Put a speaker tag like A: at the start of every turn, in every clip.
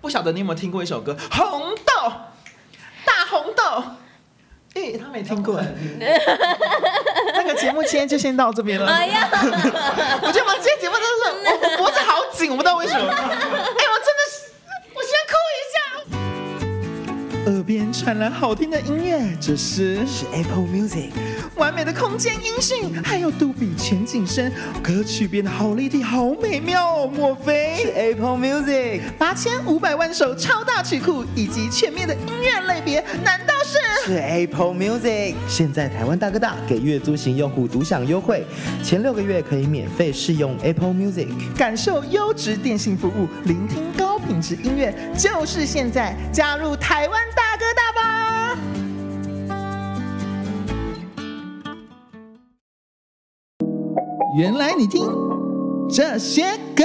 A: 不晓得你有没有听过一首歌《红豆》，大红豆。诶、他没听过。 那个节目今天就先到这边了。
B: 哎呀，
A: 我觉得我们今天节目真的是，我我脖子好紧，我不知道为 什么。哎，我真的是，我先哭一下。耳边传来好听的音乐，这是
C: 是 Apple Music。
A: 完美的空间音讯，还有杜比全景声，歌曲变得好立体，好美妙哦！莫
C: 是
A: 非
C: Apple Music，
A: 八千五百万首超大曲库，以及全面的音乐类别，难道是？
C: 是 Apple Music。现在台湾大哥大给月租型用户独享优惠，前六个月可以免费试用 Apple Music。
A: 感受优质电信服务，聆听高品质音乐，就是现在！加入台湾大哥大吧！原来你听这些歌。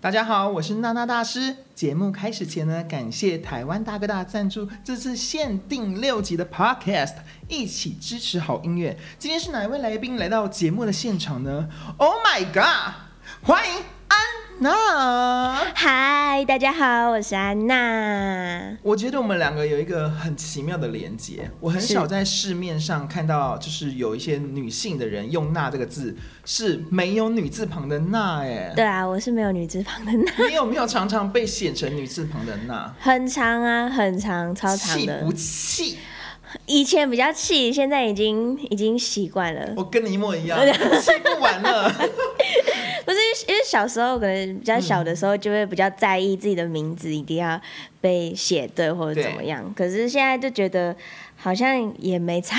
A: 大家好，我是娜娜大师。节目开始前呢，感谢台湾大哥大赞助这次限定六集的 Podcast，一起支持好音乐。今天是哪一位来宾来到节目的现场呢？Oh my god！欢迎安娜。
B: 嗨，大家好，我是安娜。
A: 我觉得我们两个有一个很奇妙的连接，我很
B: 是
A: 少在市面上看到，就是有一些女性的人用“娜”这个字是没有女字旁的“娜”哎。
B: 对啊，我是没有女字旁的娜，
A: 你有没有常常被写成女字旁的“娜”？
B: 很长啊，很长，超长
A: 气
B: 的
A: 不。气？
B: 以前比较气，现在已经已经习惯了。
A: 我跟你一模 一样，气不完了。
B: 不是因为小时候可能比较小的时候就会比较在意自己的名字一定要被写对或者怎么样，可是现在就觉得好像也没差，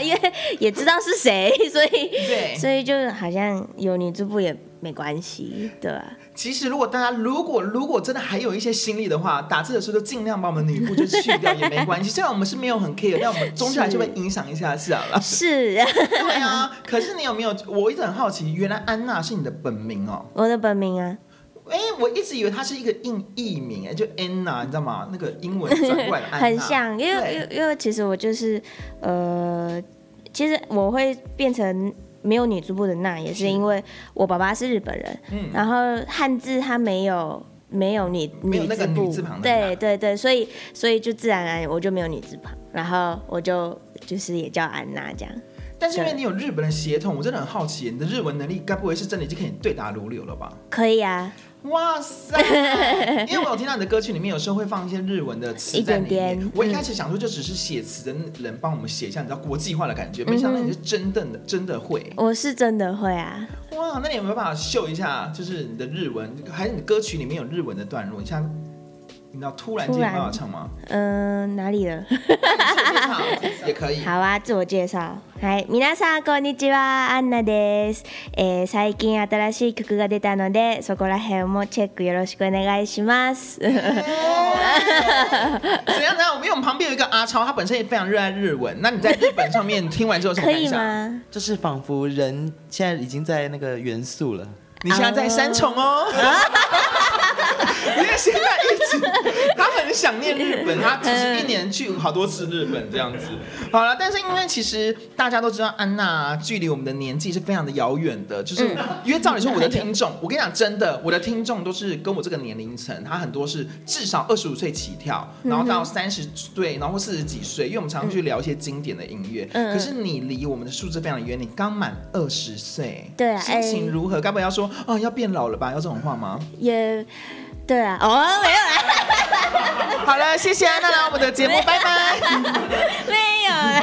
B: 因为也知道是谁，所以
A: 对，
B: 所以就好像有女字部也没关系，对吧、。
A: 其实如果大家如果如果真的还有一些心力的话，打字的时候就尽量把我们的女部就去掉也没关系。虽然我们是没有很 care，但我们终究还是会影响一下下啦
B: 是啊
A: 对啊，可是你有没有？我一直很好奇，原来安娜是你的本名哦。
B: 我的本名啊，
A: 哎，我一直以为它是一个硬译名，哎，就 Anna，你知道吗？那个英文转过来的安娜，
B: 很像，因为
A: 对
B: 因为因为其实我就是呃，其实我会变成没有女字部的那，也是
A: 是
B: 因为我爸爸是日本人，
A: 嗯
B: 然后汉字它没有。没有女
A: 没有那个
B: 字部
A: 女字旁的那
B: 对对对，所以所以就自然而然我就没有女字旁，然后我就就是也叫安娜这样，
A: 但是因为
B: 对
A: 你有日本的血统，我真的很好奇，你的日文能力该不会是真的已经可以对答如流了吧？
B: 可以啊，
A: 哇 塞！因为我有听到你的歌曲里面有时候会放一些日文的词在里面。
B: 一点点
A: 我一开始想说，就只是写词的人帮我们写一下，你知道国际化的感
B: 嗯
A: 觉。没想到你是真的真的会
B: 我是真的会啊，
A: 哇！那你有没有办法秀一下，就是你的日文，还是你歌曲里面有日文的段落？你像你知道突然间
B: 突
A: 有
B: 然
A: 办法唱 吗？
B: 嗯、哪里了？
A: 也可以。
B: 好啊，自我介绍。はい、皆さんこんにちは、アンナです。えー最近新しい曲が出たので、そこら辺もチェックよろしくお願いします。
A: 怎样怎样？因为我们旁边有一个阿超，他本身也非常热爱日文。那你在日本上面听完之后有什么
B: 可
A: 感
B: 以
A: 想？
B: 吗？
C: 就是仿佛人现在已经在那个元素了。
A: 你现在在三重哦。 因为现在一直，他很想念日本，他其实一年去好多次日本这样子。好了，但是因为其实大家都知道安娜距离我们的年纪是非常的遥远的，就是因为照理说我的听众，我跟你讲真的，我的听众都是跟我这个年龄层，他很多是至少二十五岁起跳，然后到三十岁，然后四十几岁，因为我们常常去聊一些经典的音乐。
B: 嗯嗯
A: 可是你离我们的数字非常远，你刚满二十岁，
B: 对啊
A: 心情
B: 哎
A: 如何？该不会要说啊要变老了吧？要这种话吗？
B: 也对啊， 哦，没有啦，
A: 好了，谢谢安娜来我们的 节目，拜拜。
B: 没有 啦。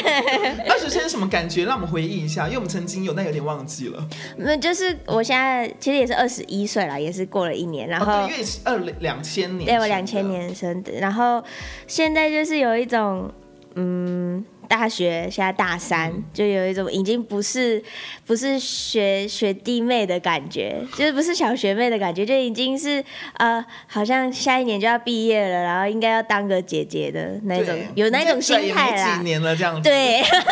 A: 二十岁是什么感觉？让我们回忆一下，因为我们曾经有，但有点忘记了。
B: 那就是我现在其实也是二十一岁了，也是过了一年，然
A: 哦，
B: 后、
A: 对，因为是二两千年，
B: 对我两千。年生的，然后现在就是有一种，嗯，大学现在大三，
A: 嗯
B: 就有一种已经不是不是学学弟妹的感觉，就是不是小学妹的感觉，就已经是呃，好像下一年就要毕业了，然后应该要当个姐姐的那种
A: 对，
B: 有那种
A: 你再转
B: 心
A: 也
B: 态
A: 没几
B: 啦。
A: 年了这样子。
B: 对，
A: 哎、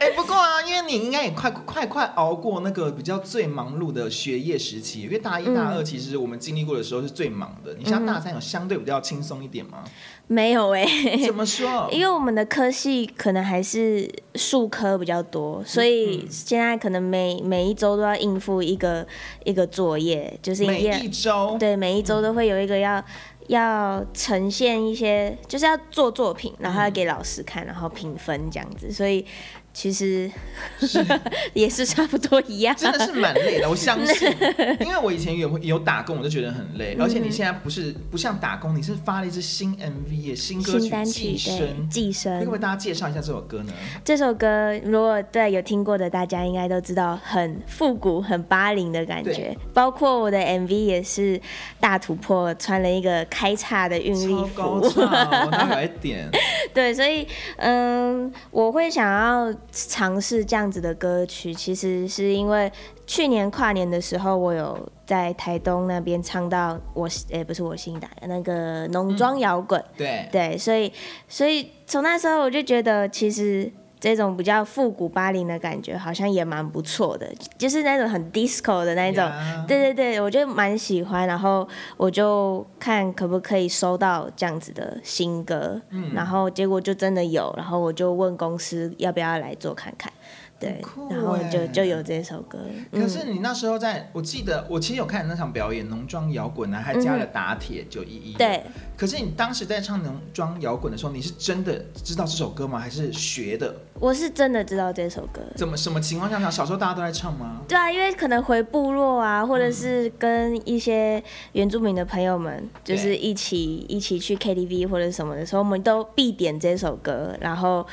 A: 哎、不过啊，因为你应该也快快快熬过那个比较最忙碌的学业时期，因为大一
B: 嗯
A: 大二其实我们经历过的时候是最忙的。你像大三有相对比较轻松一点 吗？
B: 没有哎、
A: 怎么说？
B: 因为我们的科系可能还是数科比较多，所
A: 嗯
B: 以现在可能每每一周都要应付一个一个作业，就是
A: 每
B: 页
A: 一周嗯
B: 对每一周都会有一个要要呈现一些，就是要做作品，然后要给老师看，然后评分这样子，所以 其实也是差不多一样。
A: 真的是蛮累的，我相 信，因为我以前有有打工，我就觉得很
B: 嗯
A: 累，而且你现在不是不像打工，你是发了一支新 MV 耶，新歌曲
B: 新
A: 《
B: 单曲
A: 寄
B: 对
A: 生》
B: 《寄
A: 可以
B: 生
A: 为》大家介绍一下这首歌呢？
B: 这首歌，如果对有听过的大家应该都知道，很复古、很八零的感觉
A: 对。
B: 包括我的 MV 也是大突破，穿了一个开叉的韵律
A: 超高
B: 服。
A: 潮，那有一点，
B: 对，所以嗯，我会想要尝试这样子的歌曲，其实是因为去年跨年的时候，我有在台东那边唱到我，诶、不是我新打的那个农庄摇滚，
A: 对，
B: 对，所以所以从那时候我就觉得，其实这种比较复古八零的感觉，好像也蛮不错的，就是那种很 disco 的那一种。
A: 呀
B: 对对对，我就蛮喜欢，然后我就看可不可以收到这样子的新歌，
A: 嗯
B: 然后结果就真的有，然后我就问公司要不要来做看看，对
A: 酷，
B: 然后就
A: 欸
B: 就有这首歌。嗯
A: 可是你那时候在，我记得我其实有看那场表演，农庄摇滚啊呢，还加了打铁九一一。
B: 对。
A: 可是你当时在唱农庄摇滚的时候，你是真的知道这首歌吗？还是学的？
B: 我是真的知道这首歌，
A: 怎么什么情况下唱？小时候大家都在唱吗？
B: 对啊，因为可能回部落啊，或者
A: 嗯
B: 是跟一些原住民的朋友们，就是
A: 对
B: 一起一起去 KTV 或者什么的时候，我们都必点这首歌，然后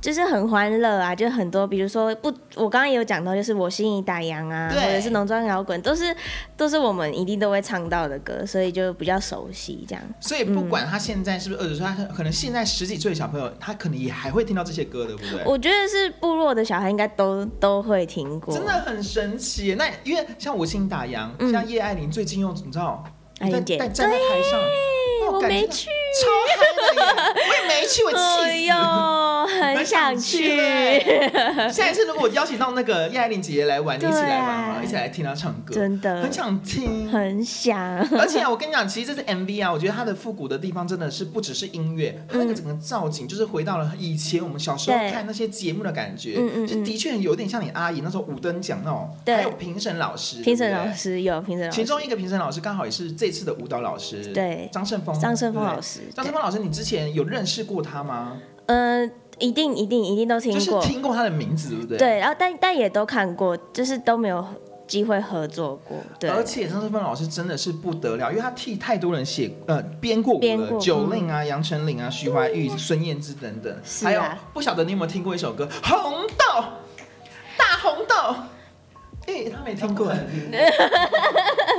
B: 就是很欢乐啊，就很多，比如说不，我刚刚也有讲到，就是我心已打烊啊，
A: 对
B: 或者是农庄摇滚，都是都是我们一定都会唱到的歌，所以就比较熟悉这样。
A: 所以不
B: 嗯
A: 管他现在是不是二十岁，他可能现在十几岁的小朋友，他可能也还会听到这些歌，对不对？
B: 我觉得是部落的小孩应该都都会听过，
A: 真的很神奇耶。那因为像我心打烊，
B: 嗯哎
A: 像叶爱玲最近又你知道，
B: 爱
A: 在
B: 玲姐
A: 在站在台上，
B: 哎，
A: 哇
B: 我
A: 感觉
B: 没
A: 到
B: 去，
A: 超嗨的耶！我也没去，我
B: 哎
A: 气死。
B: 呦，很想去。
A: 欸下一次如果我邀请到那个叶爱玲姐姐来玩，你一
B: 对啊
A: 起来玩好了，一起来听她唱歌，
B: 真的
A: 很想听。
B: 很想。
A: 而且啊我跟你讲，其实这是 MV 啊，我觉得它的复古的地方真的是不只是音乐，它那个整个造景就是回到了以前我们小时候
B: 对
A: 看那些节目的感觉，
B: 嗯嗯
A: 就的确有点像你阿姨那时候五等奖那种，
B: 对
A: 还有评审老师，
B: 评审
A: 对不对
B: 老。师有评审老
A: 其
B: 师，
A: 中一个评审老师刚好也是这次的舞蹈老师，
B: 对
A: 张胜峰，
B: 张胜峰
A: 对不对
B: 老师
A: 张胜峰老师，你之前有认识过他吗？
B: 嗯、一定一定一定都听
A: 就是
B: 过，
A: 听过他的名字，对不对？
B: 对，然后但但也都看过，就是都没有机会合作过，对，
A: 而且张志芬老师真的是不得了，因为他替太多人写呃编过舞
B: 编
A: 了，
B: 过嗯
A: 九令啊、杨丞琳啊、徐怀钰、孙燕姿等等，
B: 是啊
A: 还有不晓得你有没有听过一首歌《红豆》，大红豆。哎、他没听 过。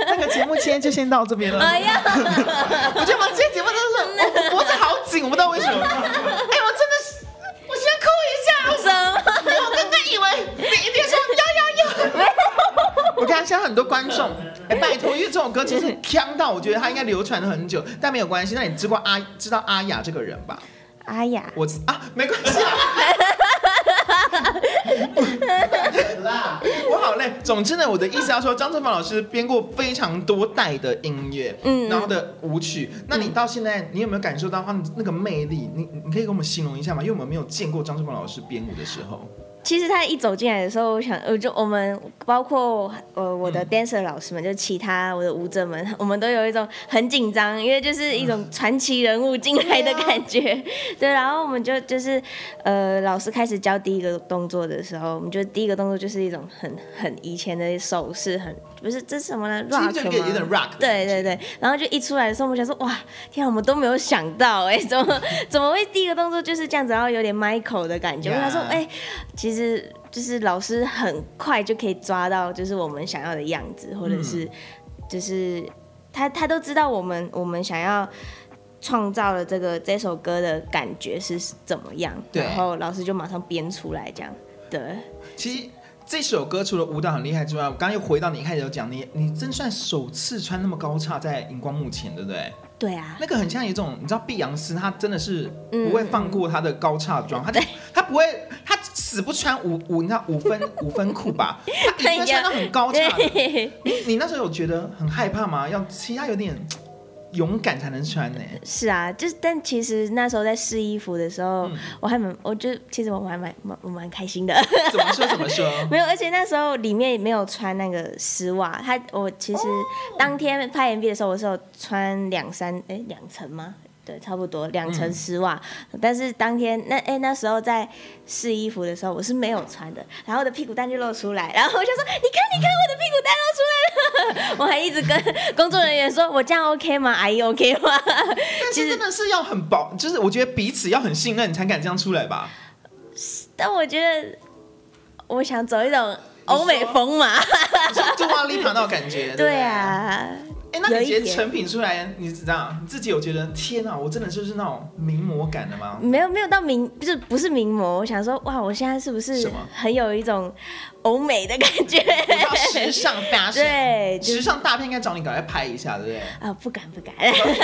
A: 那个节目今天就先到这边了。
B: 哎呀，嗯
A: 我觉得我们今天节目 真的是，我脖子好紧，我不知道为什么。哎、我真的是，我先哭一下。
B: 什么？
A: 没有我刚刚以为你一定说有有有，我看现在很多观 众，哎、拜托，因为这首歌其实呛到，我觉得它应该流传了很久，但没有关系。那你知过阿知道阿雅这个人吧？
B: 哎呀，
A: 我啊，没关 系啊。我好累。总之呢，我的意思要说，张正芳老师编过非常多代的音乐，
B: 嗯嗯嗯
A: 然后的舞曲。那你到现在，你有没有感受到他们那个魅力？你你可以给我们形容一下吗？因为我们没有见过张正芳老师编舞的时候。
B: 其实他一走进来的时候，我想，我就我们包括呃我
A: 嗯
B: 的 dancer 老师们，就其他我的舞者们， 我们都有一种很紧张，因为就是一种传奇人物进来的感觉。
A: 啊
B: 对，然后我们就就是呃老师开始教第一个动作的时候，我们就第一个动作就是一种很很以前的手势，很不是这是什么呢
A: 其实就
B: ？rock
A: 有点有点
B: 吗？
A: rock 的
B: 啊对对对，然后就一出来的时候，我们想说，哇，天啊，我们都没有想到、哎， 怎么怎么会第一个动作就是这样子，然后有点 Michael 的感觉。我想说，
A: Yeah
B: 哎、其实就是老师很快就可以抓到，就是我们想要的样子，或者
A: 嗯
B: 是就是他他都知道我们我们想要创造了这个这首歌的感觉是怎么样，
A: 对
B: 然后老师就马上编出来这样。对，
A: 其实这首歌除了舞蹈很厉害之外，我刚刚又回到你一开始有讲，你你真算首次穿那么高叉在荧光幕前，对不对？
B: 对啊，
A: 那个很像一种，你知道碧昂斯，她真的是
B: 嗯
A: 不会放过她的高叉装，她就她不会，她死不穿五五，你知道五 分五分裤吧？她一定会穿到很高叉的。
B: 对，
A: 你你那时候有觉得很害怕吗？要其实她有点勇敢才能穿 呢、
B: 是啊，就是但其实那时候在试衣服的时候，
A: 嗯
B: 我还蛮，我就其实我还蛮蛮我蛮开心的，
A: 怎么说怎么说？
B: 没有，而且那时候里面没有穿那个丝袜，他我其实
A: 哦
B: 当天拍 MV 的时候，我是有穿两三哎两层吗？对，差不多两层
A: 嗯
B: 丝袜，但是当天那哎那时候在试衣服的时候，我是没有穿的，然后我的屁股蛋就露出来，然后我就说你看你看我的屁股蛋露出来了。 我还一直跟工作人员说，我这样 OK 吗？阿姨 OK 吗？
A: 但是真的是要很保，就是我觉得彼此要很信任，你才敢这样出来吧。
B: 但我觉得我想走一种欧美风嘛，
A: 就哇丽塔那种感觉。对不对
B: 对。啊，
A: 哎、那你
B: 有
A: 觉
B: 一
A: 得
B: 点
A: 成品出来，你知道你自己有觉得天哪、我真的就是那种名模感的吗？
B: 没有没有到名，就是不是名模。我想说，哇，我现在是不是
A: 什么
B: 很有一种欧美的感觉？
A: 你知道时 尚 fashion，
B: 对，就
A: 时
B: 是
A: 尚大片应该找你赶快拍一下，对 不对？
B: 啊，不敢不敢。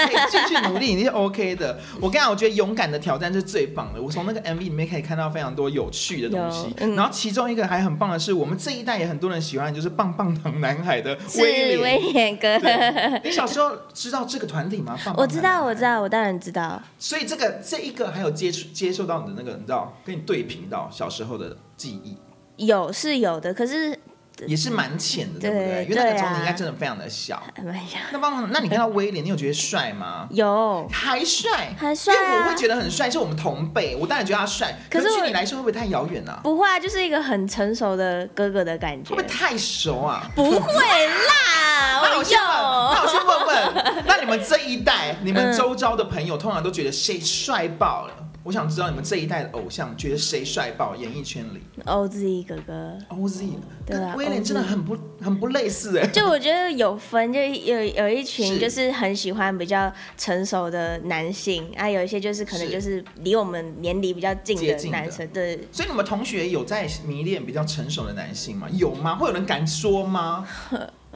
A: 可以继续努力，你是 OK 的。我跟你讲，我觉得勇敢的挑战是最棒的。我从那个 MV 里面可以看到非常多有趣的东西
B: 有，嗯
A: 然后其中一个还很棒的是，我们这一代也很多人喜欢，就是棒棒糖男孩的
B: 是
A: 威
B: 威
A: 廉。
B: 廉哥，
A: 对，你小时候知道这个团体吗？棒棒
B: 我知
A: 男
B: 道
A: 孩
B: 我知。道，我当然知道。
A: 所以这个这一个还有接触接受到你的那个，你知道，跟你对频到小时候的记忆，
B: 有是有的，可是
A: 也是蛮浅的，对
B: 对
A: 不对？因为那个
B: 对啊
A: 时候你应该真的非常的小。
B: 哎呀，
A: 那棒棒，那你看到威廉，你有觉得帅吗？
B: 有
A: 还帅，
B: 还帅啊
A: 因为我会觉得很帅，是我们同辈，我当然觉得他帅。
B: 可是
A: 是
B: 我
A: 对你来说会不会太遥远啊？
B: 不会啊，就是一个很成熟的哥哥的感觉
A: 会不。会太熟啊？
B: 不 会啦，
A: 那
B: 我
A: 我先问，那我
B: 有。
A: 先问问，那你们这一代，你们
B: 嗯
A: 周遭的朋友通常都觉得谁帅爆了？我想知道你们这一代的偶像觉得谁帅爆？演艺圈里
B: OZ 哥哥，
A: ，OZ
B: 对啊
A: 跟威廉
B: OZ
A: 真的很不很不类似哎。
B: 就我觉得有分，就有有一群
A: 是
B: 就是很喜欢比较成熟的男性，啊，有一些就是可能
A: 是
B: 就是离我们年龄比较近
A: 接近
B: 的
A: 的
B: 男生，对，
A: 所以你们同学有在迷恋比较成熟的男性吗？有吗？会有人敢说 吗？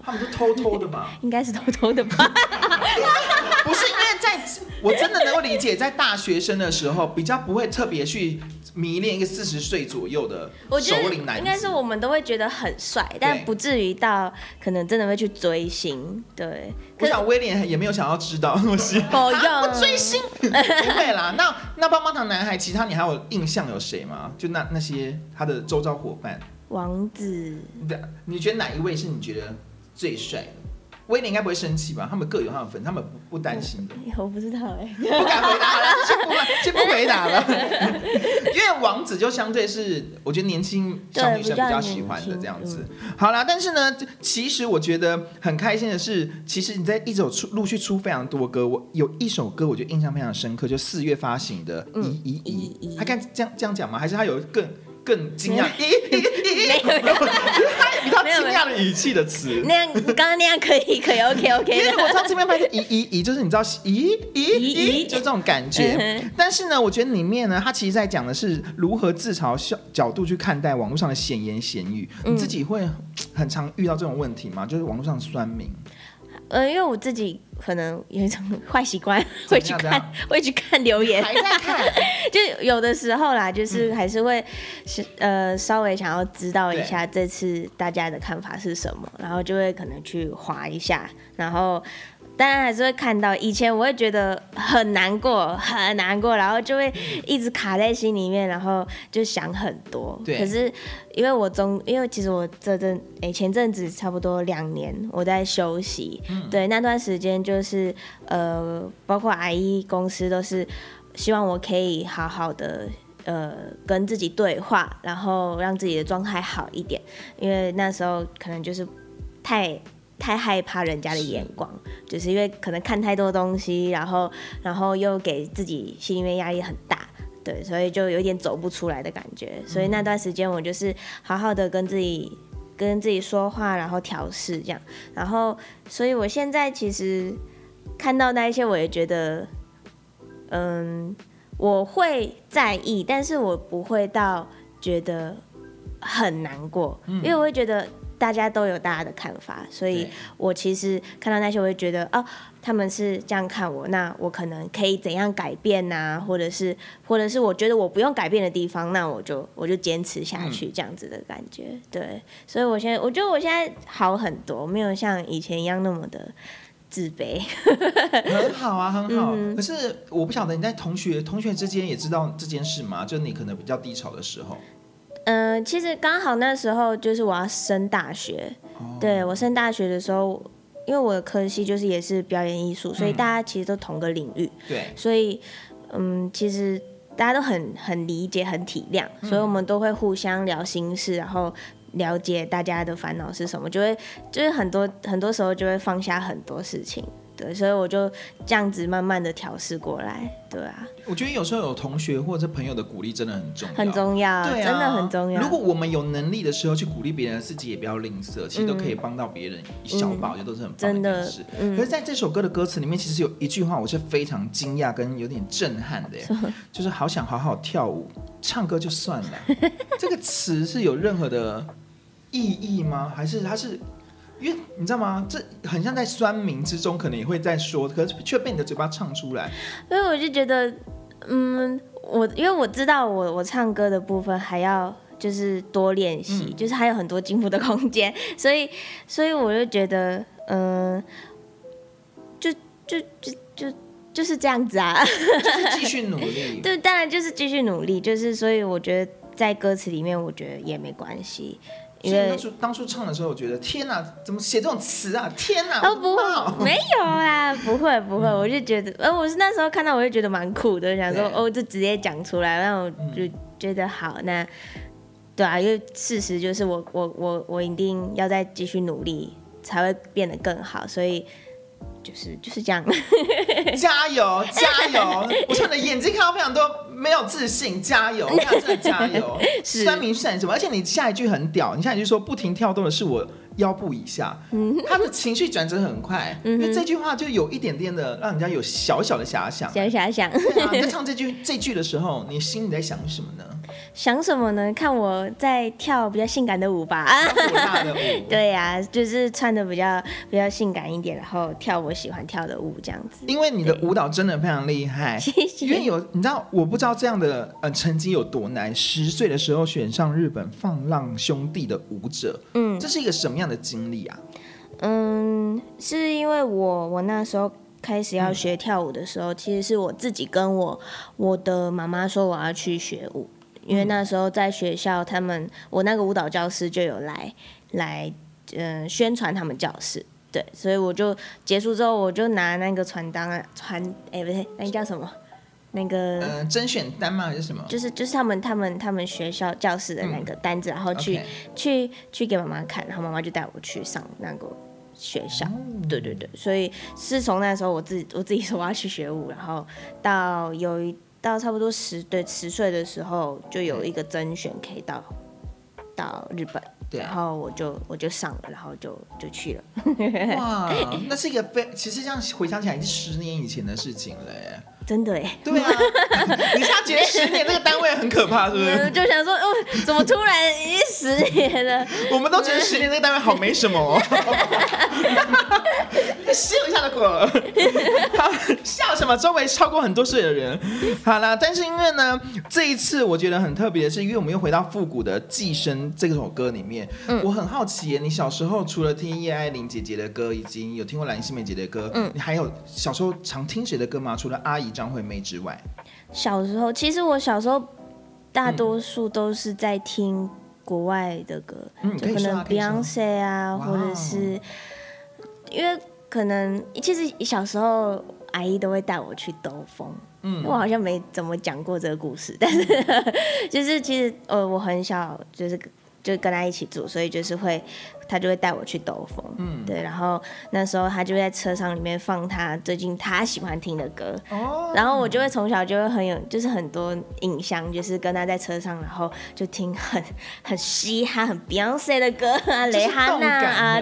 A: 他们都偷偷的吧？
B: 应该是偷偷的 吧？
A: 不是因为在，我真的能够理解，在大学生的时候比较不会特别去迷恋一个四十岁左右的
B: 我觉
A: 首
B: 得
A: 领男子，
B: 应该是我们都会觉得很帅，但不至于到可能真的会去追星，对。
A: 我
B: 可是
A: 想威廉也没有想要知道东 西，
B: 哦
A: 啊
B: 哟
A: 我追星不会啦。那那棒棒糖男孩，其他你还有印象有谁吗？就那那些他的周遭伙伴，
B: 王子
A: 你的你觉得哪一位是你觉得最帅的？威廉应该不会生气吧？他们各有他们分，他们不不担心的。
B: 我不知道哎、
A: 不敢回答了，先不先不回答 了。因为王子就相对是，我觉得年轻小女生比较喜欢的这样子
B: 对。
A: 好啦，但是呢，其实我觉得很开心的是，其实你在一直有出陆续出非常多歌，我有一首歌我觉得印象非常深刻，就四月发行的《咦咦
B: 咦
A: 咦
B: 咦》，
A: 他敢这样这样讲吗？还是他有更更惊 讶？咦咦咦咦，
B: 没有没有
A: 他有比较
B: 没有
A: 惊讶的语气的词。
B: 那样，刚刚那样可以可以 OK
A: 因
B: OK
A: 为
B: 的，
A: 我知道这边拍的咦咦咦，就是你知道咦咦咦，就这种感觉
B: 嗯哼。
A: 但是呢，我觉得里面呢，它其实在讲的是如何自嘲角角度去看待网络上的闲言闲语。你
B: 嗯
A: 自己会很常遇到这种问题吗？就是网络上酸 民，
B: 呃，因为我自己可能有一种 坏习惯，会去
A: 怎么样
B: 看 会去看留言，
A: 还在嗯看，
B: 就有的时候啦，就是还是会是、呃稍微想要知道一下这次大家的看法是什么，然后就会可能去划一下，然后当然还是会看到。以前我会觉得很难过，很难过，然后就会一直卡在心里面，然后就想很多。
A: 对
B: 可是因为我中，因为其实我这阵诶、前阵子差不多两年我在休息，对那段时间就是呃，包括 IE 公司都是希望我可以好好的呃跟自己对话，然后让自己的状态好一点，因为那时候可能就是太太害怕人家的眼光，就是因为可能看太多东西，然后然后又给自己心里面压力很大。对，所以就有点走不出来的感觉，所以那段时间我就是好好的跟自己跟自己说话，然后调试这样，然后所以我现在其实看到那一些，我也觉得，嗯，我会在意，但是我不会到觉得很难过，因为我会觉得大家都有大家的看法，所以
A: 对
B: 我其实看到那些，我会觉得哦，他们是这样看我，那我可能可以怎样改变呐、或者是或者是我觉得我不用改变的地方，那我就我就坚持下去，这样子的感觉。对，所以我现在我觉得我现在好很多，没有像以前一样那么的自卑。
A: 很好啊，很好。
B: 嗯
A: 可是我不晓得你在同学同学之间也知道这件事吗？就你可能比较低潮的时候，
B: 嗯、其实刚好那时候就是我要升大学，
A: 哦
B: 对我升大学的时候，因为我的科系就是也是表演艺术，所以
A: 嗯
B: 大家其实都同个领域，
A: 对
B: 所以嗯，其实大家都很很理解、很体谅，
A: 嗯
B: 所以我们都会互相聊心事，然后了解大家的烦恼是什么，就会就是很多很多时候就会放下很多事情。对，所以我就这样子慢慢的调试过来，对啊，
A: 我觉得有时候有同学或者是朋友的鼓励真的很重要，
B: 很重要，
A: 对、啊，
B: 真的很重要。
A: 如果我们有能力的时候去鼓励别人，自己也不要吝啬，其实都可以帮到别人一小把，我觉得都是很棒
B: 嗯真
A: 的一件
B: 的
A: 事。，可是，
B: 嗯，
A: 在这首歌的歌词里面，其实有一句话我是非常惊讶跟有点震撼 的耶，就是好想好好跳舞，唱歌就算 了。这个词是有任何的意义吗？还是它是？因为你知道吗？这很像在酸民之中，可能也会在说，可是却被你的嘴巴唱出来。
B: 因为我就觉得，嗯，我因为我知道我我唱歌的部分还要就是多练习，
A: 嗯
B: 就是还有很多进步的空间， 所以所以我就觉得，嗯，就就就就就是这样子啊。
A: 就是继续努力。
B: 对，当然就是继续努力，就是所以我觉得在歌词里面，我觉得也没关系，
A: 所
B: 因
A: 以
B: 为
A: 当初当初唱的时候，我觉得天哪，怎么写这种词啊？天哪！
B: 哦，
A: 我
B: 不
A: 的妈哦
B: 会，没有啦，不会不会，我就觉得，呃，我是那时候看到，我就觉得蛮酷的，想说
A: 对嗯
B: 哦，就直接讲出来，然后我就觉得好，那对啊，因为事实就是我我我我一定要再继续努力，才会变得更好，所以就是就是这样，
A: 加油加 油！我从你的眼睛看到非常多没有自信，加油！我想真的加油。
B: 是
A: 酸民算什么？而且你下一句很屌，你下一句说不停跳动的是我腰部以下，
B: 嗯
A: 他的情绪转折很快，因为这句话就有一点点的让人家有小小的遐想。
B: 想想想
A: 对啊，你在唱这句这句的时候，你心里在想什 么呢？
B: 想什么呢？看我在跳比较性感的舞吧。 啊
A: 火辣的舞。
B: 对呀、就是穿的比较比较性感一点，然后跳我喜欢跳的舞这样子。
A: 因为你的舞蹈真的非常厉害，
B: 谢谢
A: 因为有你知道，我不知道这样的呃成绩有多难。十岁的时候选上日本放浪兄弟的舞者，嗯，这是一个什么样的经历啊？
B: 嗯，是因为我我那时候开始要学跳舞的时候，其实是我自己跟我我的妈妈说我要去学舞，因为那时候在学校，他们我那个舞蹈教师就有来来嗯、呃宣传他们教室。对，所以我就结束之后，我就拿那个传单啊，传哎、不对，那叫什么？那个、
A: 嗯、甄选单吗还是什么？
B: 就是就是他们他们他们学校教室的那个单子，然后去
A: OK
B: 去去给妈妈看，然后妈妈就带我去上那个学校。
A: 哦
B: 对对对，所以是从那时候我自己我自己说我要去学舞，然后到有一到差不多十对十岁的时候，就有一个甄选可以到到日本，
A: 对啊
B: 然后我就我就上了，然后就就去了。
A: 哇， 那是一个非，其实这样回想起来已经十年以前的事情了耶。
B: 真的哎，
A: 对 啊，你现在觉得十年这个单位很可怕，是不是？
B: 就想说哦，怎么突然一十年了？
A: 我们都觉得十年这个单位好没什么、 哦，笑一下就过了。好笑什么？周围超过很多岁的人。好啦，但是因为呢，这一次我觉得很特别的是，因为我们又回到复古的《寄生》这首歌里面。我很好奇耶，你小时候除了听叶爱玲姐姐的歌，以及有听过蓝心湄姐姐的歌，你还有小时候常听谁的歌吗？除了阿姨张惠妹之外，
B: 小时候，其实我小时候大多数都是在听国外的歌，
A: 嗯
B: 就
A: 可以说
B: 能
A: 啊可以说
B: Beyonce 啊，
A: 哇哦
B: 或者是因为可能其实小时候阿姨都会带我去兜风，
A: 嗯
B: 我好像没怎么讲过这个故事，但是 就是其实呃我很小就是就跟他一起住，所以就是会他就会带我去兜风，
A: 嗯
B: 对，然后那时候他就会在车上里面放他最近他喜欢听的歌，
A: 哦，
B: 然后我就会从小就会很有，就是很多影像，就是跟他在车上，然后就听很很嘻哈、很 Beyonce 的歌啊，
A: 就是
B: 蕾哈娜啊，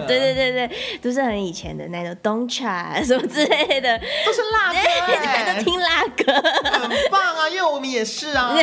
A: 动感的
B: 对对对对，都是很以前的那种 Don't Try 什么之类的，
A: 都是辣歌
B: 大家
A: 耶
B: 都，听辣歌，
A: 很棒啊，因为我们也是啊。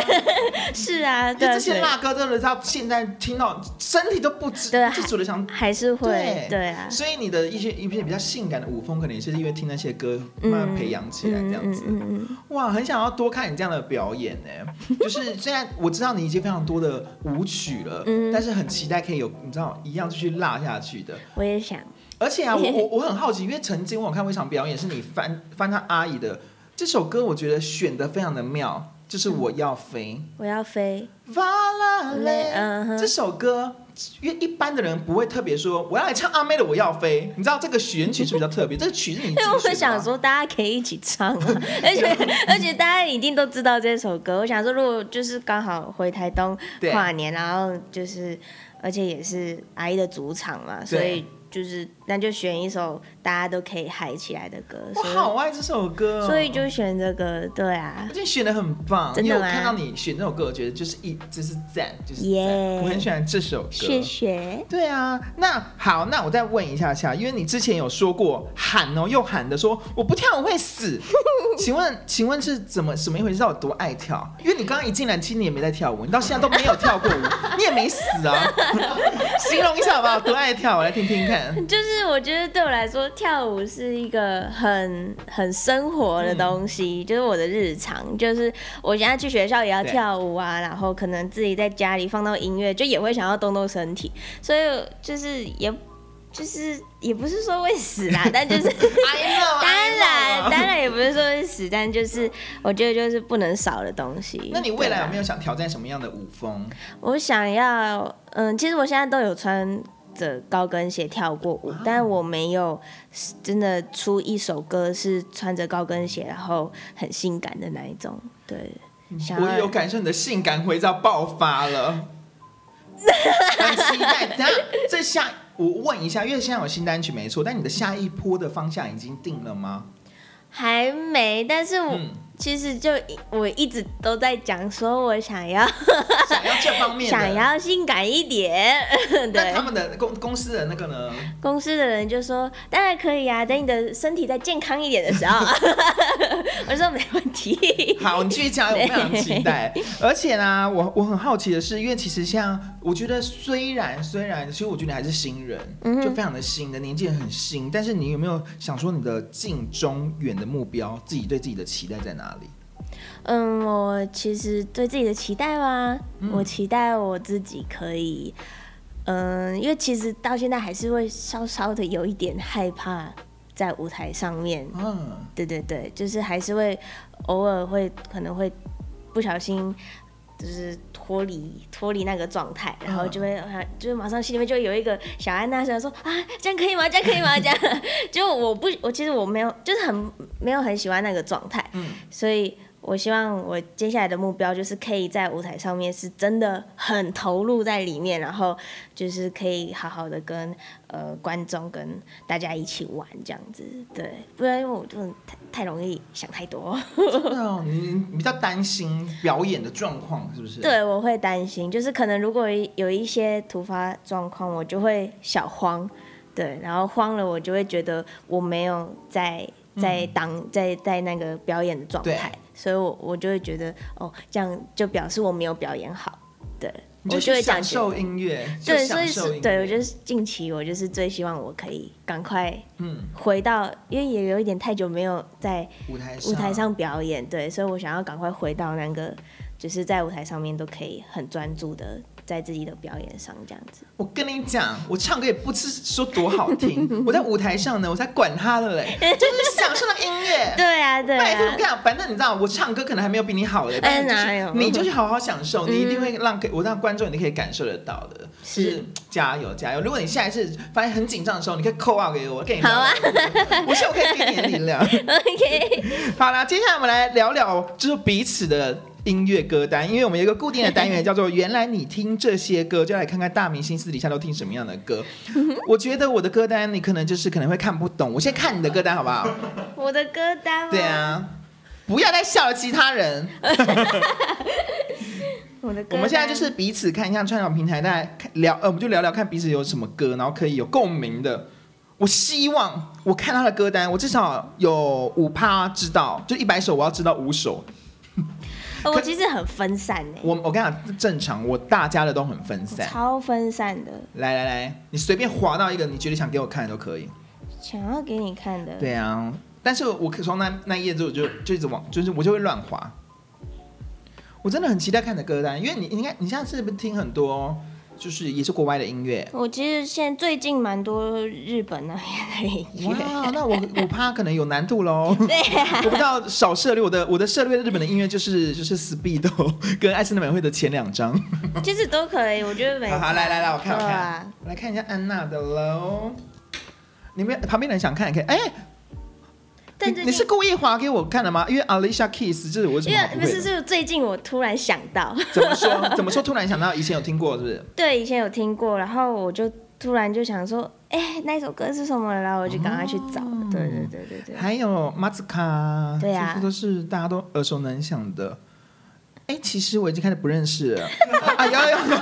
B: 是啊，
A: 就
B: 对
A: 这
B: 啊
A: 些
B: 对
A: 辣歌真的是到现在听到身体都不自
B: 对
A: 不自主的想
B: 还是会，对啊，
A: 所以你的一些一些比较性感的舞风，可能也是因为听那些歌
B: 嗯
A: 慢慢培养起来这样子。
B: 嗯嗯嗯嗯
A: 哇，很想要多看你这样的表演 呢。就是虽然我知道你已经非常多的舞曲了，
B: 嗯
A: 但是很期待可以有你知道一样继续落下去的。
B: 我也想，
A: 而且啊，我 我我很好奇，因为曾经我有看过一场表演，是你翻翻他阿姨的这首歌，我觉得选的非常的妙，就是
B: 嗯
A: 我要飞。
B: 我要飞，
A: v a l
B: 嗯哼
A: 这首歌，因为一般的人不会特别说我要来唱阿妹的《我要飞》，你知道这个选曲是比较特别，这个曲是你自己
B: 因
A: 选
B: 为 我
A: 的
B: 想
A: 吗，
B: 说大家可以一起唱啊，而且而且大家一定都知道这首歌。我想说，如果就是刚好回台东
A: 对
B: 跨年，然后就是而且也是阿姨的主场嘛，所以就是那就选一首大家都可以嗨起来的歌，
A: 我
B: 所以
A: 好爱这首歌哦、
B: 所以就选这个，对啊
A: 而，且选的很棒，
B: 真的
A: 因为我
B: 吗
A: 看到你选这首歌，我觉得就是一就是赞，就是赞
B: 耶
A: 我很喜欢这首歌。
B: 谢谢。
A: 对啊，那好，那我再问一下下，因为你之前有说过喊哦，又喊的说我不跳我会死， 请问请问是怎么什么一回事？到底有多爱跳？因为你刚刚一进来，其实你也没在跳舞，你到现在都没有跳过舞，你也没死啊， 形容一下好不好？多爱跳，我来听听看。
B: 就是我觉得对我来说，跳舞是一个很很生活
A: 嗯
B: 的东西，就是我的日常。就是我现在去学校也要
A: 对
B: 跳舞啊，然后可能自己在家里放到音乐，就也会想要动动身体，所以就是也。就是也不是说会死啦，但就是
A: I know，
B: 当
A: I
B: 然
A: know
B: 当然也不是说会死，但就是我觉得就是不能少的东 西。
A: 那你未来有
B: 对啊
A: 没有想挑战什么样的舞风？
B: 我想要，嗯，其实我现在都有穿着高跟鞋跳过舞，
A: 啊
B: 但我没有真的出一首歌是穿着高跟鞋，然后很性感的那一种。对，想
A: 嗯我有
B: 要
A: 感受你的性感回到爆发了，很期待。等一下这下我问一下，因为现在有新单曲没错，但你的下一波的方向已经定了吗？
B: 还没，但是我。
A: 嗯
B: 其实就一我一直都在讲，说我想要
A: 嗯想要这方面的，
B: 想要性感一点，
A: 那
B: 对
A: 他们的公公司的那个呢？
B: 公司的人就说当然可以啊，等你的身体再健康一点的时候， 我说没问题。
A: 好，你继续加油，我非常期待。 而且呢，我我很好奇的是，因为其实像我觉得，虽然虽然，其实我觉得你还是新人，
B: 嗯哼
A: 就非常的新的年纪也很新，但是你有没有想说你的近中远的目标，自己对自己的期待在哪里？
B: 嗯，我其实对自己的期待吗？我期待我自己可以，嗯，因为其实到现在还是会稍稍的有一点害怕在舞台上面。
A: 嗯。
B: 对对对，就是还是会偶尔会可能会不小心。就是脱离脱离那个状态，然后就会、啊就是马上心里面就有一个小安娜想说啊，这样可以吗？这样可以吗？这样 就我不我其实我没有就是很没有很喜欢那个状态，
A: 嗯
B: 所以我希望我接下来的目标就是可以在舞台上面是真的很投入在里面，然后就是可以好好的跟呃观众跟大家一起玩这样子，对，不然我就太太容易想太多，
A: 哦，你你比较担心表演的状况是不是？，
B: 对我会担心，就是可能如果有一些突发状况，我就会小慌，对，然后慌了我就会觉得我没有在。在当在在那个表演的状态
A: 嗯对，
B: 所以我我就会觉得哦，这样就表示我没有表演好，对，
A: 你
B: 我
A: 就
B: 就会
A: 去
B: 这样
A: 享
B: 觉
A: 受
B: 得。
A: 音乐，就
B: 对，所
A: 享
B: 以
A: 受音
B: 是
A: 乐
B: 对我就是近期我就是最希望我可以赶快
A: 嗯，
B: 回到，因为也有一点太久没有在
A: 舞台上
B: 舞台上表演，对，所以我想要赶快回到那个，就是在舞台上面都可以很专注的在自己的表演上这样子。
A: 我跟你讲，我唱歌也不是说多好 听，我在舞台上呢，我才管他的嘞，就是享受那音乐。
B: 对啊，对
A: 拜托，我跟
B: 啊
A: 你，讲，反正你知道，我唱歌可能还没有比你好嘞，
B: 哎
A: 但是
B: 哪
A: 就
B: 有
A: 是你就去好好享受，你一定会让给我让观众，你可以感受得到的。
B: 嗯是
A: 就是加油加油！如果你下一次发现很紧张的时候，你可以扣 out 给我，给你
B: 好啊
A: 力量，我是我可以给你的力量。
B: ，OK，
A: 好啦，接下来我们来聊聊就是彼此的音乐歌单，因为我们有一个固定的单元叫做“原来你听这些歌”，就来看看大明星私底下都听什么样的 歌。我觉得我的歌单你可能就是可能会看不懂，我先看你的歌单好不好？
B: 我的歌单吗？
A: 对，啊，不要再笑了其他人。
B: 我的歌
A: 我
B: 单。
A: 们现在就是彼此看一下串场平台，大家看聊，呃，我们就聊聊看彼此有什么歌，然后可以有共鸣的。我希望我看他的歌单，我至少有五趴知道，就一百首我要知道五首。
B: 呃我其实很分散呢、
A: 我我跟你讲，正常，我大家的都很分散。
B: 超分散的，
A: 来来来，你随便划到一个你觉得想给我看的都可以。
B: 想要给你看的。
A: 对啊，但是我从那那一页之后，我就就一直往，就是我就会乱滑。我真的很期待看你的歌单，因为你你应该你现在是不是听很多，就是也是国外的音乐？
B: 我其实现在最近蛮多日本那边的音乐，
A: 哇，那我我怕可能有难度喽。对、
B: 啊
A: 我不知道少涉猎我的我的涉猎日本的音乐就是就是 Speed 跟爱斯美会的前两张。
B: 其实都可以，我觉得没。
A: 好好，来来来，我看我
B: 对
A: 看，
B: 啊
A: 我来看一下安娜的喽。你们旁边的人想看也可以，哎、
B: 但
A: 你
B: 最
A: 你是
B: 近。
A: 故意划给我看的吗？因为 Alicia Keys 这是我为什
B: 因
A: 么好
B: 为
A: 不
B: 不是
A: 会的？
B: 是最近我突然想到，
A: 怎么说？怎么说？突然想到以前有听过，是不是？
B: 对以前有听过，然后我就突然就想说，哎、那首歌是什么？然后我就赶快去找，
A: 哦
B: 对对对对对。
A: 还有 m a z k a
B: 对啊
A: 这些都是大家都耳熟能详的。哎，其实我已经开始不认识 了啊！有有有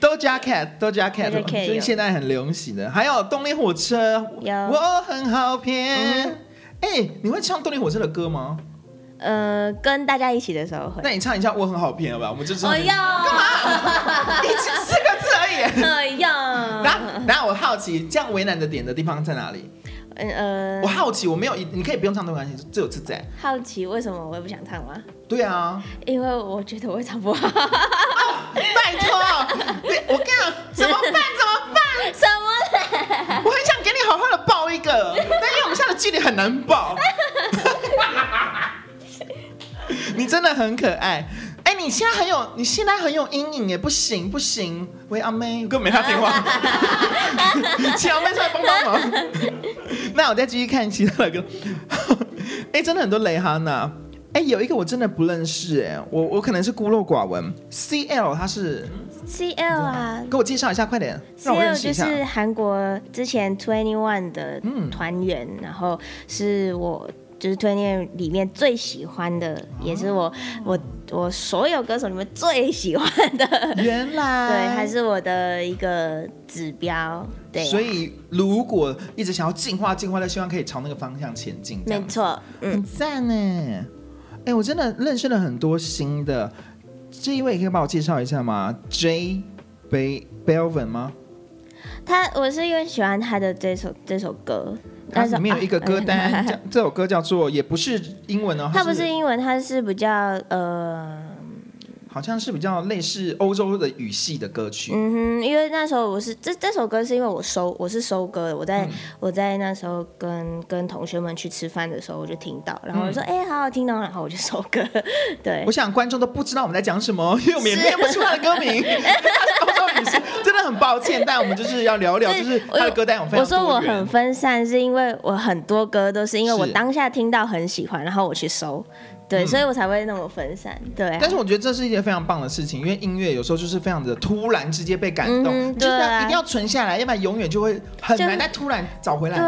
A: ，Doja Cat，Doja
B: Doja
A: Cat，
B: Cat，
A: 就是
B: 有
A: 现在很流行的。还有动力火车，
B: 有嗯
A: 我很好骗。哎、你会唱动力火车的歌吗？
B: 呃，跟大家一起的时候会。
A: 那你唱一下《我很好骗》好吧？我们就知道
B: 哎
A: 你
B: 呦，
A: 一起四个字而 已。
B: 哎呦，
A: 那那我好奇，这样为难的点的地方在哪里？
B: 嗯呃
A: 我，好奇，我没有，你可以不用唱都没关系，自由自在。
B: 好奇为什么我不想唱吗？
A: 对啊，
B: 因为我觉得我会唱不好。
A: 拜托，你我跟你讲，怎么办？怎么办？
B: 什么？
A: 我很想给你好好的抱一个，但因为我们现在的距离很难抱。你真的很可爱。哎、你现在很有，你现在很有阴影耶，不行不行，喂阿妹，我根本没他电话，请阿妹出来帮帮忙。那我再继续看其他的歌。哎、真的很多蕾哈娜。哎、有一个我真的不认识，哎，我我可能是孤陋寡闻。C L 他是
B: C L 啊
A: 给我介绍一下，快点，
B: ，C
A: 让我认
B: L
A: 识
B: 就
A: 一下。
B: 是韩国之前 Twenty One 的团员，然后是我。就是 Twenty One 里面最喜欢的，也
A: 啊
B: 是我我我所有歌手里面最喜欢 的，
A: 原来
B: 对，还是我的一个指标，对啊、
A: 所以如果一直想要进化进化，但希望可以朝那个方向前进，这样
B: 没错，嗯，
A: 很赞呢。哎、我真的认识了很多新的，这一位可以帮我介绍一下吗？J. Be- Belvin 吗？
B: 他我是因为喜欢他的这首这首歌，
A: 它
B: 但是
A: 里面有一个歌 单，叫这首歌叫做也不是英文哦，
B: 它不是英文，它是比较呃，
A: 好像是比较类似欧洲的语系的歌曲。
B: 嗯哼，因为那时候我是这这首歌是因为我收我是收歌的，我
A: 嗯
B: 在、我在那时候跟跟同学们去吃饭的时候我就听到，然后我就说
A: 嗯
B: 哎、好好听哦，然后我就收歌，对
A: 我，想观众都不知道我们在讲什么， 因为我们也念不出他的歌名。欧洲语系 真的很抱歉，但我们就是要聊聊，就是他的歌单有非常
B: 我说我
A: 多元
B: 很分散，是因为我很多歌都是因为我
A: 是嗯
B: 当下听到很喜欢，然后我去收，对，所以我才会那么分散，对、啊
A: 但。是我觉得这是一件非常棒的事情，因为音乐有时候就是非常的突然之间被感动，
B: 嗯
A: 就是
B: 对啊
A: 要一定要存下来，要不然永远就会很难再突然找回来。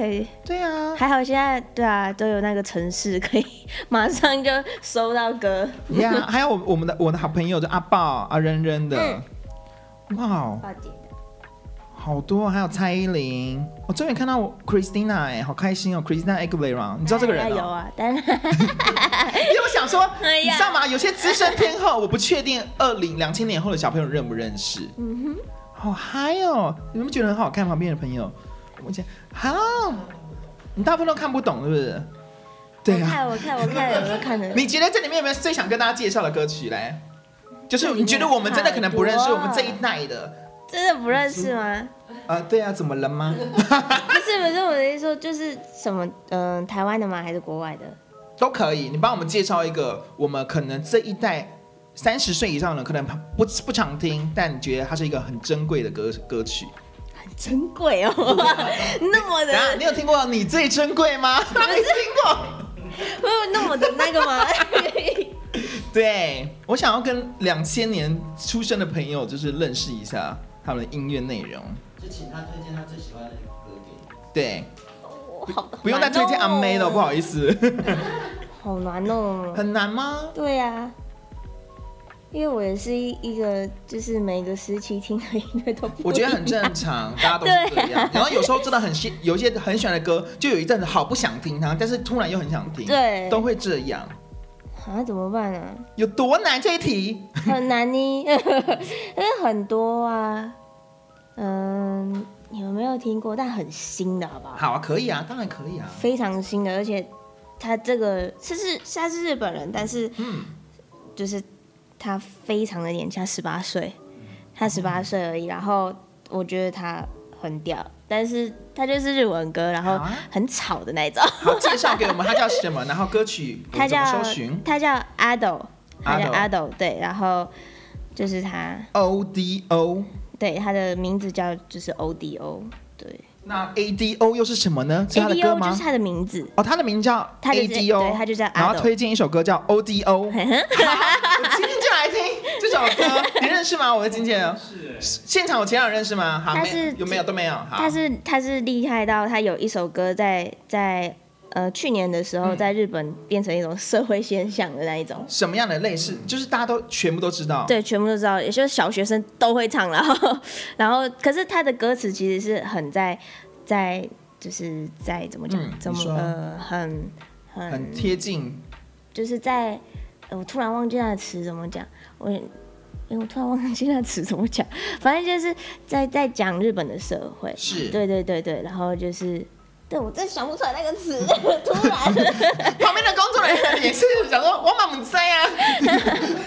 B: 对，
A: 对 啊，
B: 还好现在对啊，都有那个城市可以马上就收到歌。
A: 呀、还有我我们的我的好朋友就阿豹阿扔扔的，哇哦，
B: 报警
A: 好多，还有蔡依林，我终于看到我 Christina 哎、好开心哦，Christina Aguilera，你知道这个人、
B: 当然有
A: 哦？
B: 啊，当然
A: 因为我想说，
B: 哎
A: 你
B: 呀
A: 知道吗？有些资深天后，我不确定二零两千年后的小朋友认不认识。嗯哼，好嗨哦！你们觉得很好看？旁边的朋友，我讲好，你大部分都看不懂，是不是？对啊，
B: 我看我看我看有没有看的？
A: 你觉得这里面有没有最想跟大家介绍的歌曲嘞？就是
B: 这里
A: 你
B: 面
A: 觉得我们真的可能不认识
B: 好
A: 我
B: 多
A: 们这一代的？
B: 真的不认识吗？
A: 啊，对啊，怎么了吗？
B: 不是不是，我的意思说就是什么，嗯、台湾的吗？还是国外的？
A: 都可以，你帮我们介绍一个我们可能这一代三十岁以上的可能不不常听，但你觉得它是一个很珍贵的歌歌曲。
B: 珍贵哦， 那么
A: 等下，
B: 的
A: 你有听过你最珍贵吗？没听过。
B: 不是那么的那个 吗？
A: 对，我想要跟两千年出生的朋友就是认识一下他们的音乐内容。
D: 就请他推荐他最喜欢的歌给你。
A: 对，
B: 我好哦
A: 不用再推荐阿妹了，不好
B: 意
A: 意思。
B: 思，好难哦。
A: 很难吗？
B: 对呀、啊，因为我也是一一个，就是每个时期听的音乐都不
A: 我觉得很
B: 一样
A: 正常，大家都是这
B: 对
A: 样
B: 啊。
A: 然后有时候真的很喜，有一些很喜欢的歌，就有一阵子好不想听它，但是突然又很想听，
B: 对
A: 都会这样。
B: 啊，怎么办啊？
A: 有多难这一题？
B: 很难呢， 因为很多啊。嗯，有没有听过？但很新的，好不好？
A: 好啊，可以啊，当然可以啊。
B: 非常新的，而且他这个是是他是日本人，但是
A: 嗯，
B: 就是他非常的年轻，十八岁，他十八岁而已。然后我觉得他很屌，但是他就是日文歌，然后
A: 好啊
B: 很吵的那一种。
A: 好，介绍给我们，它叫什么？然后歌曲我
B: 他
A: 们怎
B: 叫
A: 么搜寻
B: 他叫阿斗，他叫
A: Ado
B: 阿斗，对，然后就是他，
A: ？O D O，
B: 对，他的名字叫就是 O D O，对
A: 那 A D O 又是什么呢？是
B: ，A
A: 他的
B: D
A: 歌
B: O
A: 吗
B: 就是？他的名字，
A: 哦，他的名叫
B: 他就
A: A
B: 是
A: D O，
B: 对他就叫
A: 然
B: Ado
A: 后推荐一首歌叫 O D O。好我今天就来听这首歌，你认识吗？我的经纪人
D: 是
A: 现场有其他人认识吗？好，
B: 他
A: 没有
B: 是
A: 有没有都没有。好，
B: 他是他是厉害到他有一首歌在在呃去年的时候
A: 嗯
B: 在日本变成一种社会现象的那一种，
A: 什么样的类似？就是大家都全部都知道。
B: 对，全部都知道，也就是小学生都会唱，然后 然后可是他的歌词其实是很在在就是在怎么讲、
A: 嗯
B: 怎
A: 你
B: 么
A: 说
B: 呃很很
A: 很贴近，
B: 就是在呃我突然忘记那个词怎么讲，我。因为我突然忘记那词怎么讲，反正就是在在讲日本的社会，
A: 是
B: 对对对对，然后就是，对我真想不出来那个词， 突然，
A: 旁边的工作人员也是想说：“我满塞啊。”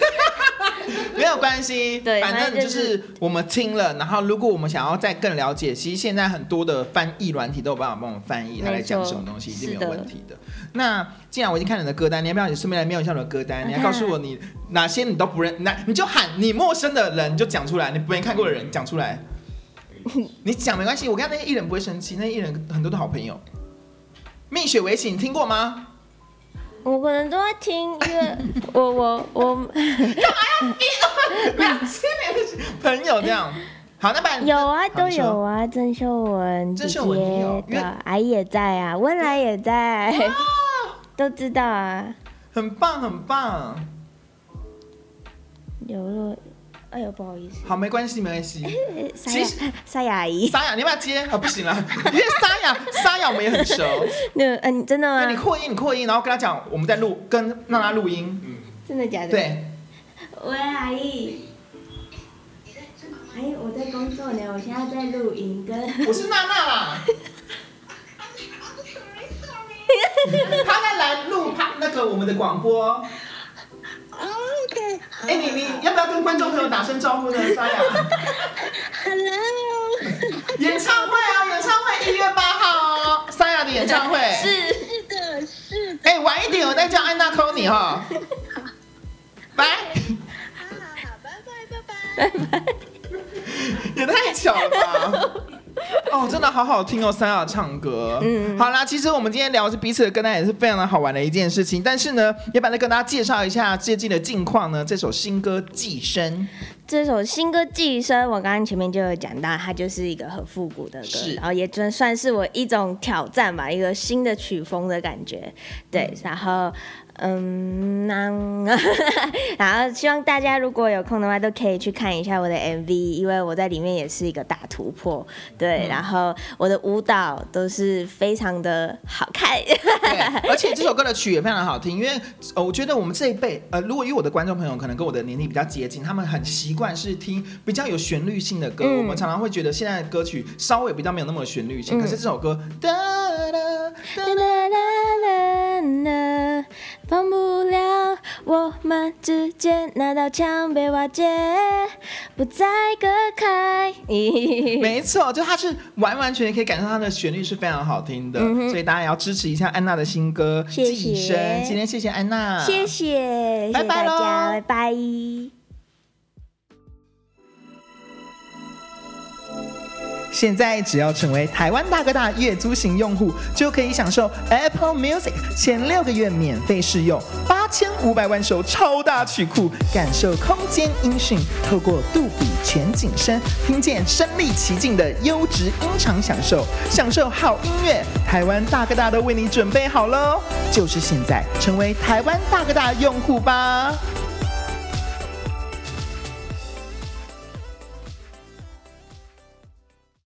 A: 没有关系，
B: 对
A: 反正就
B: 反正
A: 是我们听了，然后如果我们想要再更了解，其实现在很多的翻译软体都有办法帮我们翻译，
B: 没错
A: 它在讲什么东西一定没有
B: 是的
A: 问题的。那既然我已经看了你的歌单，你要不要也顺便来瞄一下我的歌单？你要
B: 好看
A: 告诉我你哪些你都不认，那你就喊你陌生的人你就讲出来，你没看过的人讲出 来。你讲没关系，我看那些艺人不会生气，那些艺人很多都好朋友。蜜雪薇琪，你听过吗？
B: 我可能都在听，因为我我我
A: 两千年的朋友这样。好，那把
B: 有啊，都有
A: 啊。
B: 啊，郑秀文、姐
A: 郑
B: 姐
A: 秀文也有因为
B: 对啊，阿姨也在啊，温岚也在， 都知道啊，
A: 很棒，很棒。
B: 刘若，哎呦不好意思，
A: 好，没关系，没关 系。
B: 呃沙
A: 其实
B: 雅 沙雅阿姨，
A: 沙雅，你要不要接？啊，不行了， 因为沙雅，沙雅我们也很熟。
B: 那嗯、你真的
A: 那你
B: 吗？
A: 扩音，你扩音，然后跟他讲，我们在录，跟让他录音。
B: 真的假的？，
A: 对，
B: 喂阿姨。阿姨，我在工作呢，我现在在录音跟。
A: 我是娜娜啦。他在来录他那个我们的广播。哎、你你要不要跟观众朋友打声招呼呢，沙 雅？
E: Hello，
A: 演唱会啊，演唱会一月八号哦，三亚的演唱会。
B: 是。
E: 是的，是
A: 哎、晚一点我再叫安娜 call 你 哈。拜，
E: 的，好，拜拜，拜拜。
A: 也太巧了吧！哦，真的好好听哦，三亚唱歌。嗯，好啦，其实我们今天聊的是彼此的歌单，也是非常的好玩的一件事情。但是呢，也把它跟大家介绍一下最近的近况呢。这首新歌《寄生
B: 这首新歌《寄生》，我刚刚前面就有讲到，它就是一个很复古的歌
A: 是，
B: 然后也真算是我一种挑战吧，一个新的曲风的感觉。对，然后嗯，那 然后希望大家如果有空的话，都可以去看一下我的 MV，因为我在里面也是一个大突破。对，然后我的舞蹈都是非常的好看。》。
A: 对，而且这首歌的曲也非常好听，因为、呃我觉得我们这一辈，呃，如果因为我的观众朋友可能跟我的年龄比较接近，他们很习惯是听比较有旋律性的歌。
B: 嗯
A: 我们常常会觉得现在的歌曲稍微比较没有那么有旋律性，可是这首歌，哒哒哒
B: 啦啦啦啦啦，忘不了我们之间那道墙被瓦解，不再隔开。
A: 没错，就它是完完全全可以感受到它的旋律是非常好听的，
B: 嗯哼
A: 所以大家也要支持一下安娜的新歌《
B: 谢谢
A: 寄生》。今天谢谢安娜，
B: 谢谢，谢谢
A: 啊拜拜
B: 大
A: 喽
B: 家，拜拜。
A: 现在只要成为台湾大哥大月租型用户，就可以享受 Apple Music 前六个月免费试用，八千五百万首超大曲库，感受空间音讯，透过杜比全景声，听见身临其境的优质音场享受，享受好音乐。台湾大哥大都为你准备好喽，就是现在，成为台湾大哥大用户吧。